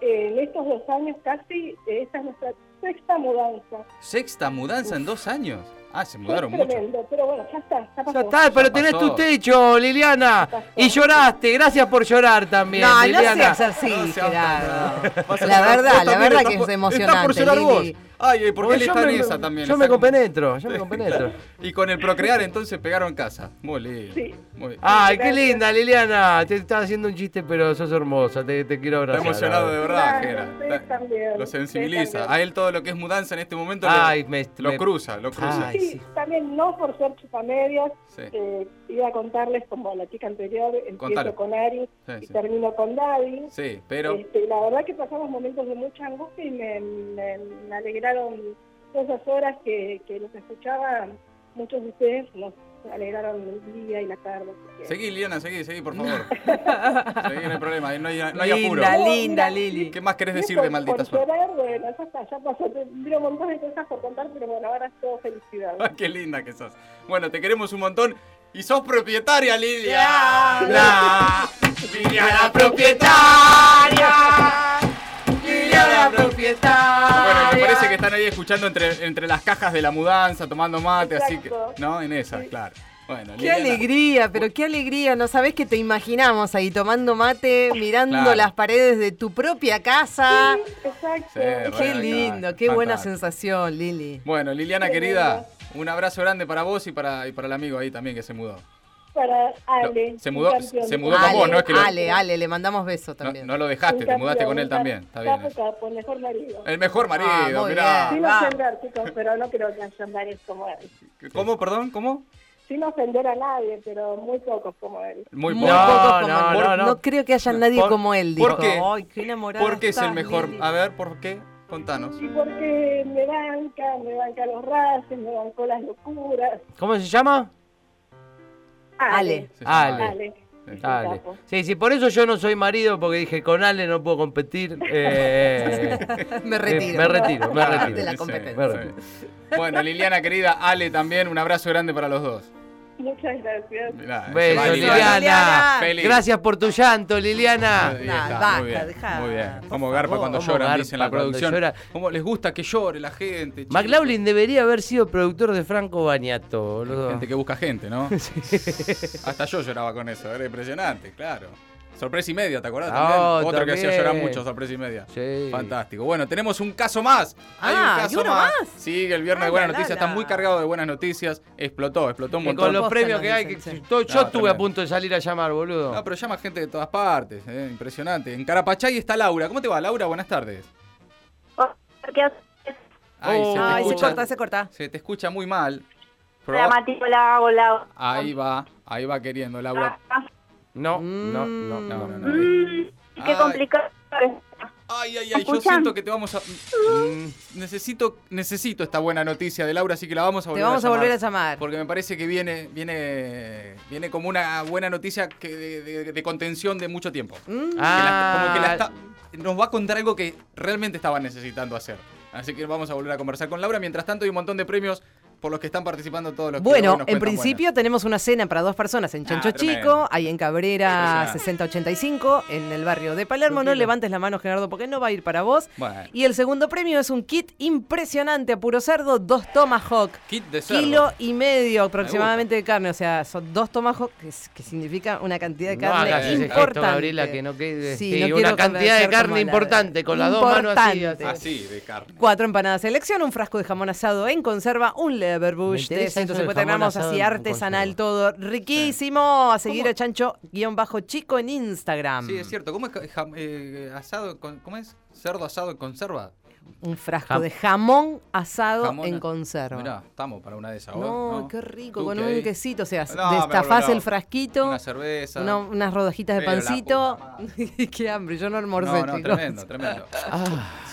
Speaker 6: eh, en estos dos años casi, eh, esta es nuestra sexta mudanza.
Speaker 2: Sexta mudanza en dos años. Ah, se
Speaker 6: Fue
Speaker 2: mudaron mucho.
Speaker 6: tremendo, pero bueno, ya está, ya pasó.
Speaker 3: Ya está, pero
Speaker 2: Ya
Speaker 3: tenés
Speaker 2: pasó.
Speaker 3: tu techo, Liliana.
Speaker 6: pasó.
Speaker 3: Y lloraste. Gracias por llorar también,
Speaker 4: no, no
Speaker 3: Liliana.
Speaker 4: seas así,
Speaker 2: No seas
Speaker 4: Gerardo.
Speaker 2: tan brava. Vas a
Speaker 4: La
Speaker 2: llorar
Speaker 4: verdad,
Speaker 2: vos
Speaker 4: la
Speaker 2: también, estás
Speaker 4: verdad que
Speaker 2: por-
Speaker 4: es
Speaker 2: Estás por
Speaker 4: emocionante,
Speaker 2: llorar vos.
Speaker 4: Lili.
Speaker 2: Ay, ¿y ¿por qué le
Speaker 3: Porque yo
Speaker 2: están
Speaker 3: me-
Speaker 2: esa también?
Speaker 3: Yo
Speaker 2: Está
Speaker 3: me
Speaker 2: como-
Speaker 3: compenetro, yo me compenetro.
Speaker 2: Y con el procrear entonces pegaron casa. Muy lindo.
Speaker 6: Sí.
Speaker 2: Muy bien.
Speaker 3: Ay, qué
Speaker 6: Gracias.
Speaker 3: linda, Liliana. Te estaba haciendo un chiste, pero sos hermosa. Te, te quiero
Speaker 2: Está
Speaker 3: abrazar.
Speaker 2: emocionado de verdad,
Speaker 6: Gracias,
Speaker 2: Gera.
Speaker 6: ustedes
Speaker 2: Está-
Speaker 6: también,
Speaker 2: Lo
Speaker 6: ustedes
Speaker 2: sensibiliza.
Speaker 6: también.
Speaker 2: A él todo lo que es mudanza en este momento lo-
Speaker 3: Ay, me-
Speaker 2: lo,
Speaker 3: me-
Speaker 2: cruza, lo cruza.
Speaker 3: Ay,
Speaker 6: Sí,
Speaker 3: sí.
Speaker 6: también no por ser chupamedias,
Speaker 2: Sí.
Speaker 6: eh, iba a contarles como a la chica anterior, empiezo
Speaker 2: Contale.
Speaker 6: con Ari
Speaker 2: Sí,
Speaker 6: y
Speaker 2: sí.
Speaker 6: termino con Daddy.
Speaker 2: Sí, pero
Speaker 6: Este, la verdad que pasamos momentos de mucha angustia y me, me- me alegraron todas esas horas que, que los escuchaba, muchos de ustedes nos alegraron el día y la tarde. así que-
Speaker 2: seguí, Liliana, seguí, seguí, por favor. seguí, no hay problema, no hay, no hay apuro.
Speaker 4: Linda, linda, Lili.
Speaker 2: ¿Qué más querés
Speaker 6: Sí,
Speaker 2: decir de
Speaker 6: por-
Speaker 2: maldita
Speaker 6: por
Speaker 2: suerte?
Speaker 6: llorar, bueno, ya está, ya pasó, tendría un montón de cosas por contar, pero bueno, ahora es todo felicidad.
Speaker 2: Ay, Ah, qué linda que sos. Bueno, te queremos un montón. Y sos propietaria, Lilia.
Speaker 3: Liliana.
Speaker 2: Liliana propietaria. Liliana
Speaker 3: propietaria.
Speaker 2: Bueno, me parece que están ahí escuchando entre, entre las cajas de la mudanza, tomando mate, así
Speaker 6: Exacto.
Speaker 2: que. ¿No? En esas, claro. Bueno,
Speaker 4: Qué
Speaker 2: Liliana.
Speaker 4: alegría, pero qué alegría. No sabés que te imaginamos ahí tomando mate, mirando
Speaker 2: Claro.
Speaker 4: las paredes de tu propia casa.
Speaker 6: Exacto.
Speaker 2: Sí, re
Speaker 4: Qué
Speaker 2: acá,
Speaker 4: lindo, qué buena
Speaker 2: fantástico.
Speaker 4: sensación, Lili.
Speaker 2: Bueno, Liliana
Speaker 6: Qué
Speaker 2: querida,
Speaker 6: lindo.
Speaker 2: un abrazo grande para vos y para, y para el amigo ahí también que se mudó.
Speaker 6: Para Ale.
Speaker 2: No, se
Speaker 6: un
Speaker 2: mudó-
Speaker 6: campeón.
Speaker 2: se mudó con
Speaker 4: Ale,
Speaker 2: vos, no es que lo-
Speaker 4: Ale, Ale, le mandamos besos
Speaker 2: No,
Speaker 4: también.
Speaker 2: no lo
Speaker 6: Un
Speaker 2: dejaste, te
Speaker 6: campeón,
Speaker 2: mudaste con él
Speaker 6: un ca-
Speaker 2: también. Está bien.
Speaker 6: capo,
Speaker 2: eso. Eh,
Speaker 6: capo, mejor marido.
Speaker 2: El mejor marido,
Speaker 4: Ah, muy
Speaker 2: mirá.
Speaker 4: bien.
Speaker 6: Sin
Speaker 4: va.
Speaker 6: ofender, chicos, pero no creo que haya varios como él.
Speaker 2: ¿Cómo, perdón? ¿Cómo?
Speaker 6: Sin ofender a nadie, pero muy pocos como él.
Speaker 2: Muy
Speaker 4: Muy
Speaker 2: poco.
Speaker 3: No,
Speaker 4: pocos como
Speaker 3: no,
Speaker 4: él.
Speaker 3: no, no.
Speaker 4: creo que haya nadie
Speaker 2: Por-
Speaker 4: como él, dijo.
Speaker 2: ¿por qué?
Speaker 4: Ay, qué enamorada
Speaker 2: ¿Por qué es el
Speaker 4: estás,
Speaker 2: mejor?
Speaker 4: Lili.
Speaker 2: A ver, ¿por qué? Contanos.
Speaker 6: Y porque me banca, me banca los rases, me bancó las locuras.
Speaker 3: ¿Cómo se llama?
Speaker 4: Ale.
Speaker 2: Se llama
Speaker 3: Ale.
Speaker 6: Ale.
Speaker 2: Sí.
Speaker 4: Ah,
Speaker 3: Ale.
Speaker 6: capo.
Speaker 3: Sí, Ah, sí, por eso yo no soy marido, porque dije, con Ale no puedo competir. eh,
Speaker 4: Me retiro.
Speaker 3: me retiro, me
Speaker 2: Ale,
Speaker 3: retiro.
Speaker 4: De la
Speaker 2: sí,
Speaker 4: competencia.
Speaker 2: sí. Bueno, Liliana querida, Ale también, un abrazo grande para los dos.
Speaker 6: Muchas gracias.
Speaker 2: Mirá, se
Speaker 3: Beso,
Speaker 2: va
Speaker 4: Besos,
Speaker 3: Liliana.
Speaker 4: Liliana.
Speaker 2: Feliz.
Speaker 3: Gracias por tu llanto, Liliana.
Speaker 2: Ahí
Speaker 4: Nah,
Speaker 2: está,
Speaker 4: basta,
Speaker 2: muy bien,
Speaker 4: dejá,
Speaker 2: Muy bien.
Speaker 4: por
Speaker 2: Como garpa
Speaker 4: favor.
Speaker 2: cuando
Speaker 3: Cómo
Speaker 2: lloran,
Speaker 3: garpa
Speaker 2: dicen la
Speaker 3: cuando
Speaker 2: producción.
Speaker 3: llora.
Speaker 2: Cómo les gusta que llore la gente. chico.
Speaker 3: McLaughlin debería haber sido productor de Franco Bañato, boludo.
Speaker 2: Gente que busca gente, ¿no? Hasta yo lloraba con eso, era impresionante, claro. Sorpresa y media, ¿te acordás?
Speaker 3: Oh,
Speaker 2: también? Otro que hacía
Speaker 3: también.
Speaker 2: llorar mucho, sorpresa y media.
Speaker 3: Sí.
Speaker 2: Fantástico. Bueno, tenemos un caso más. Hay
Speaker 4: Ah,
Speaker 2: un
Speaker 4: ¿y
Speaker 2: caso
Speaker 4: uno más?
Speaker 2: Sigue el viernes
Speaker 4: Ah,
Speaker 2: de buenas
Speaker 4: la, la,
Speaker 2: noticias.
Speaker 4: la.
Speaker 2: Está muy cargado de buenas noticias. Explotó, explotó un
Speaker 3: Que
Speaker 2: montón.
Speaker 3: con los
Speaker 4: Posta
Speaker 3: premios
Speaker 4: nos
Speaker 3: que hay, que
Speaker 4: dicen, sí.
Speaker 3: yo, yo
Speaker 2: No,
Speaker 3: estuve a
Speaker 2: tremendo.
Speaker 3: punto de salir a llamar, boludo.
Speaker 2: No, pero llama gente de todas partes, eh, impresionante. En Carapachay está Laura. ¿Cómo te va, Laura? Buenas tardes.
Speaker 4: Oh,
Speaker 8: Hola, ¿qué haces?
Speaker 2: Ay,
Speaker 3: Oh.
Speaker 2: se, te
Speaker 4: Ay, se
Speaker 2: escucha,
Speaker 4: corta, se corta.
Speaker 2: se te escucha muy mal. Proba-
Speaker 8: Hola, Mati, hola, hola.
Speaker 2: Ahí va, ahí va queriendo, Laura.
Speaker 8: Ah,
Speaker 3: No,
Speaker 4: Mm.
Speaker 3: no,
Speaker 2: No,
Speaker 3: no, no.
Speaker 2: no, no.
Speaker 8: mm,
Speaker 2: Ay.
Speaker 8: qué complicado.
Speaker 2: Ay, ay, ay, yo
Speaker 8: ¿Escuchan?
Speaker 2: siento que te vamos a... Mm, Necesito, necesito esta buena noticia de Laura, así que la vamos a
Speaker 4: Te
Speaker 2: volver
Speaker 4: vamos a volver a
Speaker 2: llamar.
Speaker 4: llamar.
Speaker 2: Porque me parece que viene, viene, viene como una buena noticia que de, de- de contención de mucho tiempo.
Speaker 4: Mm.
Speaker 2: Que la-
Speaker 3: Ah,
Speaker 2: como que la está- nos va a contar algo que realmente estaba necesitando hacer. Así que vamos a volver a conversar con Laura. Mientras tanto, hay un montón de premios por los que están participando todos los que hoy
Speaker 4: Bueno,
Speaker 2: nos
Speaker 4: en
Speaker 2: cuentan
Speaker 4: principio tenemos una cena para dos personas en Chancho
Speaker 2: Ah, tremendo.
Speaker 4: Chico, ahí en Cabrera
Speaker 2: Impresionante.
Speaker 4: 6085, en el barrio de Palermo. No
Speaker 2: Tranquilo.
Speaker 4: levantes la mano, Gerardo, porque no va a ir para vos.
Speaker 2: buenas. Bueno,
Speaker 4: Y el segundo premio es un kit impresionante a puro cerdo, dos tomahawk.
Speaker 2: kit de cerdo.
Speaker 4: Kilo y medio aproximadamente de carne, o sea, son dos tomahawk, que, es- que significa una cantidad de
Speaker 3: no
Speaker 4: carne
Speaker 3: hagas ese gesto,
Speaker 4: importante.
Speaker 3: Gabriela, que no quede.
Speaker 4: Sí,
Speaker 3: sí,
Speaker 4: no
Speaker 3: una
Speaker 4: quiero
Speaker 3: cantidad de
Speaker 4: parecer
Speaker 3: carne
Speaker 4: como la-
Speaker 3: importante, con las dos manos así.
Speaker 4: Importante.
Speaker 3: así.
Speaker 2: Así, Ah, de carne.
Speaker 4: Cuatro empanadas de selección, un frasco de jamón asado en conserva, un
Speaker 3: Me
Speaker 4: Leverbush
Speaker 3: interesa
Speaker 4: de
Speaker 3: eso del
Speaker 4: 150
Speaker 3: jamón
Speaker 4: gramos,
Speaker 3: asado
Speaker 4: así
Speaker 3: en conserva.
Speaker 4: artesanal todo, riquísimo. A seguir a Chancho-Chico en Instagram.
Speaker 2: Sí, es cierto. ¿Cómo es ca- jam- eh, asado? con- ¿Cómo es? ¿Cerdo asado en conserva?
Speaker 4: un frasco
Speaker 3: Jam-
Speaker 4: de jamón asado
Speaker 2: Jamona.
Speaker 4: en conserva.
Speaker 2: Mirá, estamos para una de esas.
Speaker 4: no,
Speaker 2: ¿no?
Speaker 4: qué rico,
Speaker 2: Tú
Speaker 4: con
Speaker 2: que
Speaker 4: un
Speaker 2: ahí-
Speaker 4: quesito, o sea,
Speaker 2: No, pero,
Speaker 4: destafás
Speaker 2: pero,
Speaker 4: el frasquito,
Speaker 2: Una cerveza.
Speaker 4: una- unas rodajitas de
Speaker 2: Pero la
Speaker 4: pancito.
Speaker 2: puta
Speaker 4: qué hambre, yo no almorcé,
Speaker 2: No, no,
Speaker 4: chicos.
Speaker 2: tremendo, tremendo.
Speaker 3: Ah,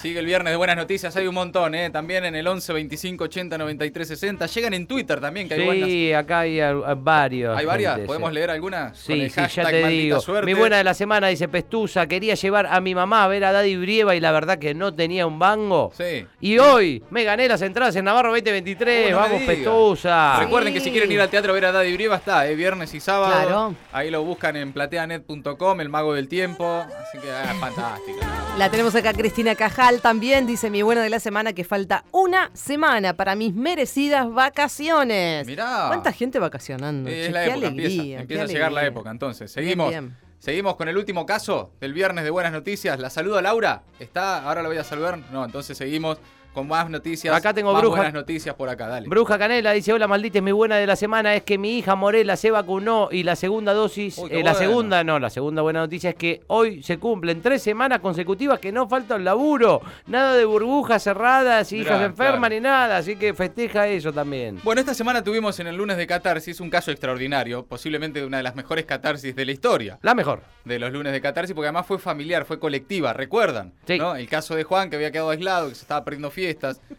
Speaker 2: Sigue el viernes de buenas noticias, hay un montón, ¿eh? También en el 11 25 80 93 60. Llegan en Twitter también, que hay buenas.
Speaker 3: sí, acá hay a- a varios.
Speaker 2: Hay varias,
Speaker 3: gente,
Speaker 2: ¿podemos
Speaker 3: sí.
Speaker 2: leer algunas? Con
Speaker 3: Sí,
Speaker 2: el
Speaker 3: sí, ya
Speaker 2: hashtag
Speaker 3: te
Speaker 2: maldita
Speaker 3: digo.
Speaker 2: suerte.
Speaker 3: Mi buena de la semana dice Pestusa, quería llevar a mi mamá a ver a Daddy Brieva y la verdad que no tenía un bango.
Speaker 2: Sí.
Speaker 3: Y hoy me gané las entradas en Navarro 2023.
Speaker 2: Oh, no me
Speaker 3: Vamos,
Speaker 2: digas.
Speaker 3: Pestusa.
Speaker 2: Recuerden que si quieren ir al teatro a ver a Daddy Brieva, está, ¿eh? viernes y sábado.
Speaker 4: Claro.
Speaker 2: Ahí lo buscan en plateanet.com, el mago del tiempo. Así que ah, fantástico.
Speaker 4: La tenemos acá Cristina Cajal también, dice mi buena de la semana que falta una semana para mis merecidas vacaciones.
Speaker 2: Mirá.
Speaker 4: ¿Cuánta gente vacacionando?
Speaker 2: Eh,
Speaker 4: che?
Speaker 2: es la
Speaker 4: qué
Speaker 2: época,
Speaker 4: alegría.
Speaker 2: empieza,
Speaker 4: qué
Speaker 2: empieza a llegar la
Speaker 4: alegría.
Speaker 2: época. Entonces,
Speaker 4: Bien,
Speaker 2: seguimos.
Speaker 4: bien.
Speaker 2: Seguimos con el último caso del viernes de Buenas Noticias. La saludo a Laura. ¿Está? Ahora la voy a saludar. No, entonces seguimos con más noticias.
Speaker 3: Acá tengo
Speaker 2: más
Speaker 3: bruja.
Speaker 2: buenas noticias por acá, dale.
Speaker 3: Bruja Canela dice, hola maldita, es mi buena de la semana, es que mi hija Morela se vacunó y la segunda dosis,
Speaker 2: Uy, qué
Speaker 3: eh, la
Speaker 2: bueno.
Speaker 3: segunda, no, la segunda buena noticia es que hoy se cumplen tres semanas consecutivas que no falta el laburo, nada de burbujas cerradas,
Speaker 2: Mirá,
Speaker 3: hijas enfermas
Speaker 2: claro.
Speaker 3: ni nada, así que festeja eso también.
Speaker 2: Bueno, esta semana tuvimos en el lunes de Catarsis un caso extraordinario, posiblemente una de las mejores catarsis de la historia
Speaker 3: La mejor.
Speaker 2: de los lunes de Catarsis, porque además fue familiar, fue colectiva, ¿recuerdan?
Speaker 3: Sí.
Speaker 2: ¿No? El caso de Juan, que había quedado aislado, que se estaba perdiendo fiestas,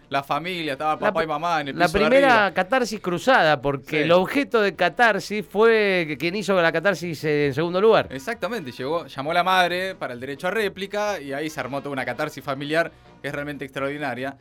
Speaker 2: la familia, estaba papá
Speaker 3: pri-
Speaker 2: y mamá en el
Speaker 3: La
Speaker 2: piso de
Speaker 3: primera
Speaker 2: arriba.
Speaker 3: catarsis cruzada, porque
Speaker 2: Sí.
Speaker 3: el objeto de catarsis fue quien hizo la catarsis eh, en segundo lugar.
Speaker 2: Exactamente, llegó, llamó la madre para el derecho a réplica y ahí se armó toda una catarsis familiar que es realmente extraordinaria.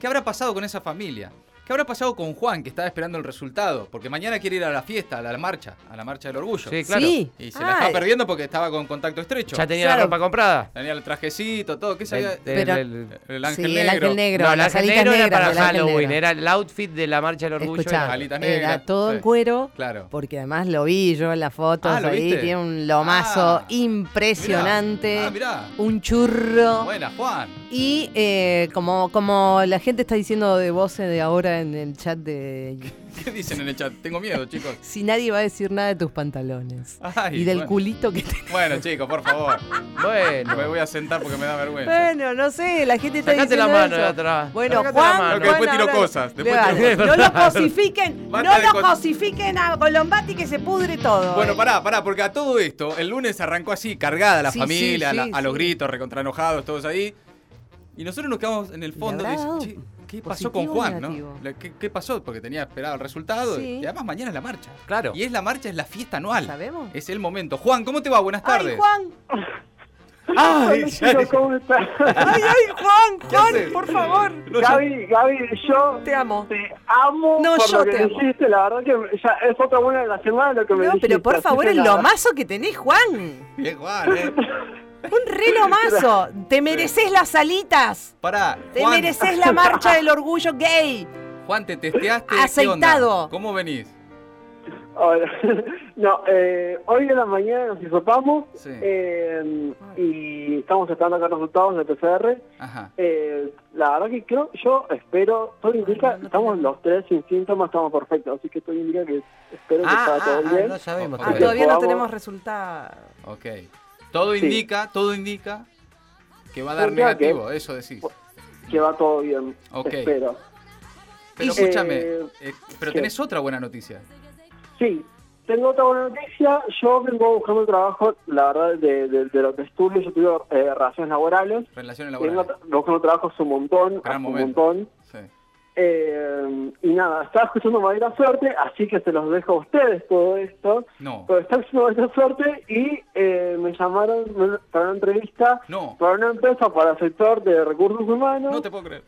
Speaker 2: ¿Qué habrá pasado con esa familia? ¿Qué habrá pasado con Juan, que estaba esperando el resultado? Porque mañana quiere ir a la fiesta, a la marcha, a la marcha del orgullo.
Speaker 3: Sí, claro.
Speaker 4: Sí.
Speaker 2: Y se la está
Speaker 4: Ay,
Speaker 2: perdiendo porque estaba con contacto estrecho.
Speaker 3: Ya tenía la
Speaker 4: Claro.
Speaker 3: ropa comprada.
Speaker 2: Tenía el trajecito, todo. ¿Qué sabía?
Speaker 3: El- el-
Speaker 4: Pero-
Speaker 3: el-
Speaker 2: El ángel
Speaker 4: sí,
Speaker 2: negro.
Speaker 4: el ángel negro.
Speaker 3: No, el
Speaker 4: las
Speaker 3: ángel
Speaker 4: alitas
Speaker 3: negro era
Speaker 4: negras
Speaker 3: para
Speaker 4: del ángel
Speaker 3: Halloween,
Speaker 4: negro.
Speaker 3: era el outfit de la marcha del orgullo.
Speaker 4: Escuchá,
Speaker 2: las alitas
Speaker 4: era
Speaker 2: negras,
Speaker 4: todo
Speaker 2: sí.
Speaker 4: en cuero,
Speaker 2: Claro.
Speaker 4: porque además lo vi yo en las fotos
Speaker 2: Ah, ¿lo
Speaker 4: ahí,
Speaker 2: viste?
Speaker 4: tiene un lomazo
Speaker 2: Ah,
Speaker 4: impresionante,
Speaker 2: Mirá. Ah, mirá.
Speaker 4: un churro.
Speaker 2: Buena, Juan.
Speaker 4: Y eh, como, como la gente está diciendo de voces de ahora en el chat de...
Speaker 2: ¿Qué dicen en el chat? Tengo miedo, chicos.
Speaker 4: Si nadie va a decir nada de tus pantalones.
Speaker 2: Ay,
Speaker 4: y del
Speaker 2: bueno.
Speaker 4: culito que te...
Speaker 2: Bueno, chicos, por favor.
Speaker 3: Bueno.
Speaker 2: Me voy a sentar porque me da vergüenza.
Speaker 4: Bueno, no sé, la gente está
Speaker 3: Sacate la
Speaker 4: diciendo
Speaker 3: mano
Speaker 4: eso.
Speaker 3: de atrás.
Speaker 4: Bueno,
Speaker 3: Sacate la
Speaker 4: Juan,
Speaker 3: mano.
Speaker 4: Juan
Speaker 2: Que después tiro
Speaker 4: ahora-
Speaker 2: cosas, después
Speaker 4: Le
Speaker 2: tiro
Speaker 4: va-
Speaker 3: cosas.
Speaker 4: No lo cosifiquen,
Speaker 2: Basta de
Speaker 4: no lo
Speaker 2: cos-
Speaker 4: cosifiquen a Colombati que se pudre todo.
Speaker 2: Bueno,
Speaker 4: eh.
Speaker 2: pará, pará, porque a todo esto, el lunes arrancó así, cargada la
Speaker 4: Sí,
Speaker 2: familia,
Speaker 4: sí,
Speaker 2: a la-
Speaker 4: sí,
Speaker 2: a los
Speaker 4: sí.
Speaker 2: gritos, recontra enojados, todos ahí. Y nosotros nos quedamos en el fondo
Speaker 4: habrá
Speaker 2: diciendo,
Speaker 4: dado
Speaker 2: "Che, ¿qué pasó con
Speaker 4: positivo o
Speaker 2: Juan?
Speaker 4: negativo?
Speaker 2: ¿no? La- ¿Qué, qué pasó? Porque tenía esperado el resultado.
Speaker 4: Sí.
Speaker 2: Y además mañana es la marcha.
Speaker 3: Claro.
Speaker 2: Y es la marcha, es la fiesta anual.
Speaker 4: ¿Sabemos?
Speaker 2: Es el momento. Juan, ¿cómo te va? Buenas tardes.
Speaker 4: Ay, Juan,
Speaker 3: Ay,
Speaker 5: Hola,
Speaker 3: ya-
Speaker 5: chicos, ¿cómo estás?
Speaker 4: ay, ay, Juan,
Speaker 2: ¿Qué haces?
Speaker 4: Juan, por favor.
Speaker 5: Gaby, Gaby, yo
Speaker 4: Te amo.
Speaker 5: te amo
Speaker 4: No,
Speaker 5: por
Speaker 4: yo
Speaker 5: lo que
Speaker 4: te amo.
Speaker 5: dijiste. La verdad que ya es otra buena de la semana lo que me
Speaker 4: No,
Speaker 5: dijiste.
Speaker 4: pero por
Speaker 5: así
Speaker 4: favor,
Speaker 5: que
Speaker 4: el
Speaker 5: nada.
Speaker 4: lomazo que tenés, Juan.
Speaker 2: Bien, Juan, eh.
Speaker 4: Un re lomazo. Te mereces las alitas.
Speaker 2: Pará.
Speaker 4: Te
Speaker 2: Juan,
Speaker 4: mereces la marcha del orgullo gay.
Speaker 2: Juan, te testeaste. ¿Qué onda?
Speaker 4: Aceitado.
Speaker 2: ¿Cómo venís?
Speaker 5: Ahora, no, eh, hoy en la mañana nos hisopamos
Speaker 2: Sí.
Speaker 5: eh, y estamos esperando acá resultados del PCR.
Speaker 2: Ajá.
Speaker 5: Eh, la verdad que creo, yo espero, todo indica, estamos los tres sin síntomas, estamos perfectos, así que todo indica que espero que
Speaker 3: Ah,
Speaker 5: está todo
Speaker 3: ah, ah,
Speaker 5: bien.
Speaker 3: no sabemos.
Speaker 2: Ah,
Speaker 4: Ah,
Speaker 2: Pero
Speaker 4: todavía no
Speaker 5: podamos-
Speaker 4: tenemos resultado.
Speaker 2: Ok. Todo
Speaker 5: Sí.
Speaker 2: indica, todo indica que va a dar
Speaker 5: Pues ya que-
Speaker 2: negativo, eso decís.
Speaker 5: Que va todo bien,
Speaker 2: Ok.
Speaker 5: espero.
Speaker 2: Pero
Speaker 5: y-
Speaker 2: escúchame,
Speaker 5: eh,
Speaker 2: eh, pero
Speaker 5: ¿qué?
Speaker 2: tenés otra buena noticia.
Speaker 5: Sí, tengo otra buena noticia. Yo vengo buscando trabajo, la verdad, de, de, de lo que estudio. Yo tuve eh, relaciones laborales.
Speaker 2: Relaciones
Speaker 5: Vengo
Speaker 2: laborales.
Speaker 5: tra- buscando trabajo hace un
Speaker 2: Gran
Speaker 5: montón, hace un
Speaker 2: momento.
Speaker 5: montón.
Speaker 2: Sí.
Speaker 5: Eh, y nada, estaba escuchando Maldita Suerte, así que se los dejo a ustedes todo esto.
Speaker 2: No,
Speaker 5: Pero estaba escuchando Maldita Suerte y eh, me llamaron me- para una entrevista
Speaker 2: no,
Speaker 5: para una empresa para el sector de recursos humanos.
Speaker 2: no te puedo creer.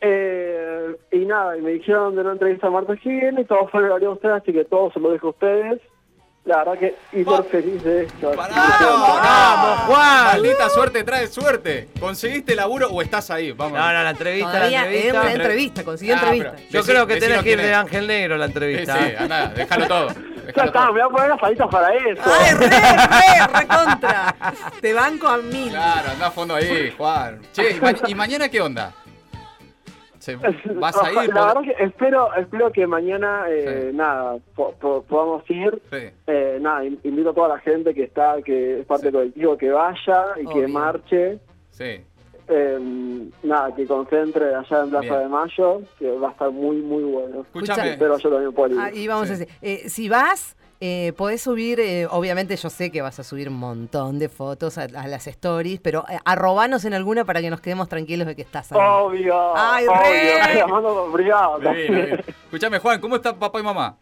Speaker 5: Eh, y nada, y me dijeron de una entrevista a Marta Higgins y todo fue en el horario de ustedes, así que todo se lo dejo a ustedes. La verdad que hiper feliz de esto. así
Speaker 2: Pará,
Speaker 5: que-
Speaker 2: no,
Speaker 3: ¡Vamos, Juan!
Speaker 2: Maldita suerte trae suerte. ¿Conseguiste laburo o estás ahí? Vamos.
Speaker 3: No, no, la entrevista, la
Speaker 4: Todavía es
Speaker 3: entrevista.
Speaker 4: una entrevista, consiguió
Speaker 2: Ah,
Speaker 4: entrevista.
Speaker 2: pero-
Speaker 3: Yo
Speaker 2: Decí-
Speaker 3: creo que
Speaker 2: decí
Speaker 3: tenés
Speaker 2: no
Speaker 3: que ir de
Speaker 2: tenés.
Speaker 3: Ángel Negro la
Speaker 2: Sí,
Speaker 3: entrevista.
Speaker 2: sí, andá, déjalo todo.
Speaker 5: Ya
Speaker 2: déjalo
Speaker 5: está, me
Speaker 2: todo.
Speaker 5: voy a poner las palitas para eso.
Speaker 4: ¡Ay, Ah, re, re, re contra! Te banco a mil.
Speaker 2: Claro, anda a fondo ahí, Juan. Che, ¿y, ma- y mañana qué onda? Se- ¿Vas a ir?
Speaker 5: La
Speaker 2: ¿Pod-
Speaker 5: verdad que espero, espero que mañana, eh, nada, po- po- podamos ir.
Speaker 2: Sí.
Speaker 5: Eh, nada, in- invito a toda la gente que está, que es
Speaker 2: Sí.
Speaker 5: parte del colectivo, que vaya y
Speaker 4: Obvio.
Speaker 5: que marche.
Speaker 2: Sí.
Speaker 5: Eh, eh, nada, que concentre allá en Plaza
Speaker 2: Bien.
Speaker 5: de Mayo, que va a estar muy, muy bueno.
Speaker 2: Escúchame.
Speaker 5: Pero yo también puedo ir.
Speaker 4: Ahí Ah, vamos
Speaker 2: Sí.
Speaker 4: a decir, eh, si vas, eh, podés subir, eh, obviamente yo sé que vas a subir un montón de fotos a, a las stories, pero eh, arrobanos en alguna para que nos quedemos tranquilos de que estás ahí.
Speaker 2: Oh.
Speaker 5: Obvio.
Speaker 4: Ay, re.
Speaker 5: obvio. La mando con brigada.
Speaker 2: Divino, divino. Escuchame, Juan, ¿cómo está papá y mamá?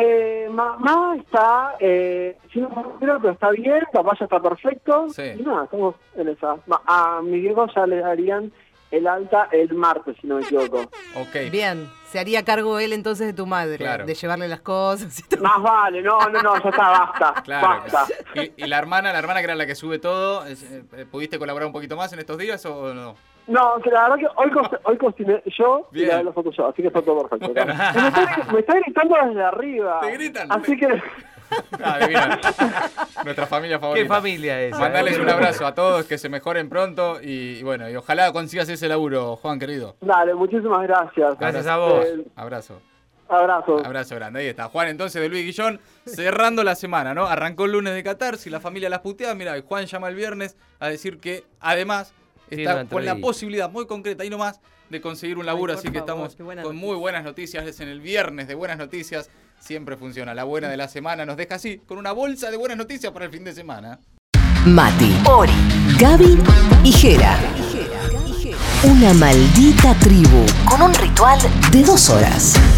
Speaker 5: Eh, mamá está, eh, si no me acuerdo, pero está bien, papá ya está perfecto.
Speaker 2: Sí.
Speaker 5: Y nada, estamos en esa. Ma- A mi viejo ya le darían el alta el martes, si no me equivoco.
Speaker 2: Ok.
Speaker 4: Bien, se haría cargo él entonces de tu madre,
Speaker 2: Claro.
Speaker 4: de llevarle las cosas y todo.
Speaker 5: Más vale, no, no, no, ya está, basta.
Speaker 2: Claro.
Speaker 5: Basta.
Speaker 2: Y, y la hermana, la hermana que era la que sube todo, es- eh, ¿pudiste colaborar un poquito más en estos días o no?
Speaker 5: No, que la verdad que hoy, co- hoy cociné yo y
Speaker 2: Bien.
Speaker 5: la de los fotos yo, así que está todo perfecto. Me, está, me está gritando desde arriba.
Speaker 2: Te gritan.
Speaker 5: Así que,
Speaker 2: Ah, divino. Nuestra familia favorita.
Speaker 3: Qué familia eh. es.
Speaker 2: Mandales un abrazo a todos, que se mejoren pronto y, y bueno, y ojalá consigas ese laburo, Juan querido.
Speaker 5: dale, muchísimas gracias.
Speaker 3: Gracias a vos.
Speaker 5: Eh,
Speaker 2: Abrazo.
Speaker 5: abrazos.
Speaker 2: Abrazo grande. Ahí está. Juan entonces de Luis Guillón cerrando la semana, ¿no? Arrancó el lunes de Qatar, si la familia las putea, mira, Juan llama el viernes a decir que además
Speaker 3: Tiene
Speaker 2: está
Speaker 3: una
Speaker 2: con la
Speaker 3: entrevista.
Speaker 2: posibilidad muy concreta y nomás de conseguir un laburo,
Speaker 4: Ay, por
Speaker 2: así que
Speaker 4: favor,
Speaker 2: estamos
Speaker 4: qué
Speaker 2: con
Speaker 4: buena
Speaker 2: muy buenas noticias Es en el viernes de buenas noticias. Siempre funciona. La buena de la semana nos deja así, con una bolsa de buenas noticias para el fin de semana.
Speaker 1: Mati, Ori, Gaby y Jera. Una maldita tribu con un ritual de dos horas.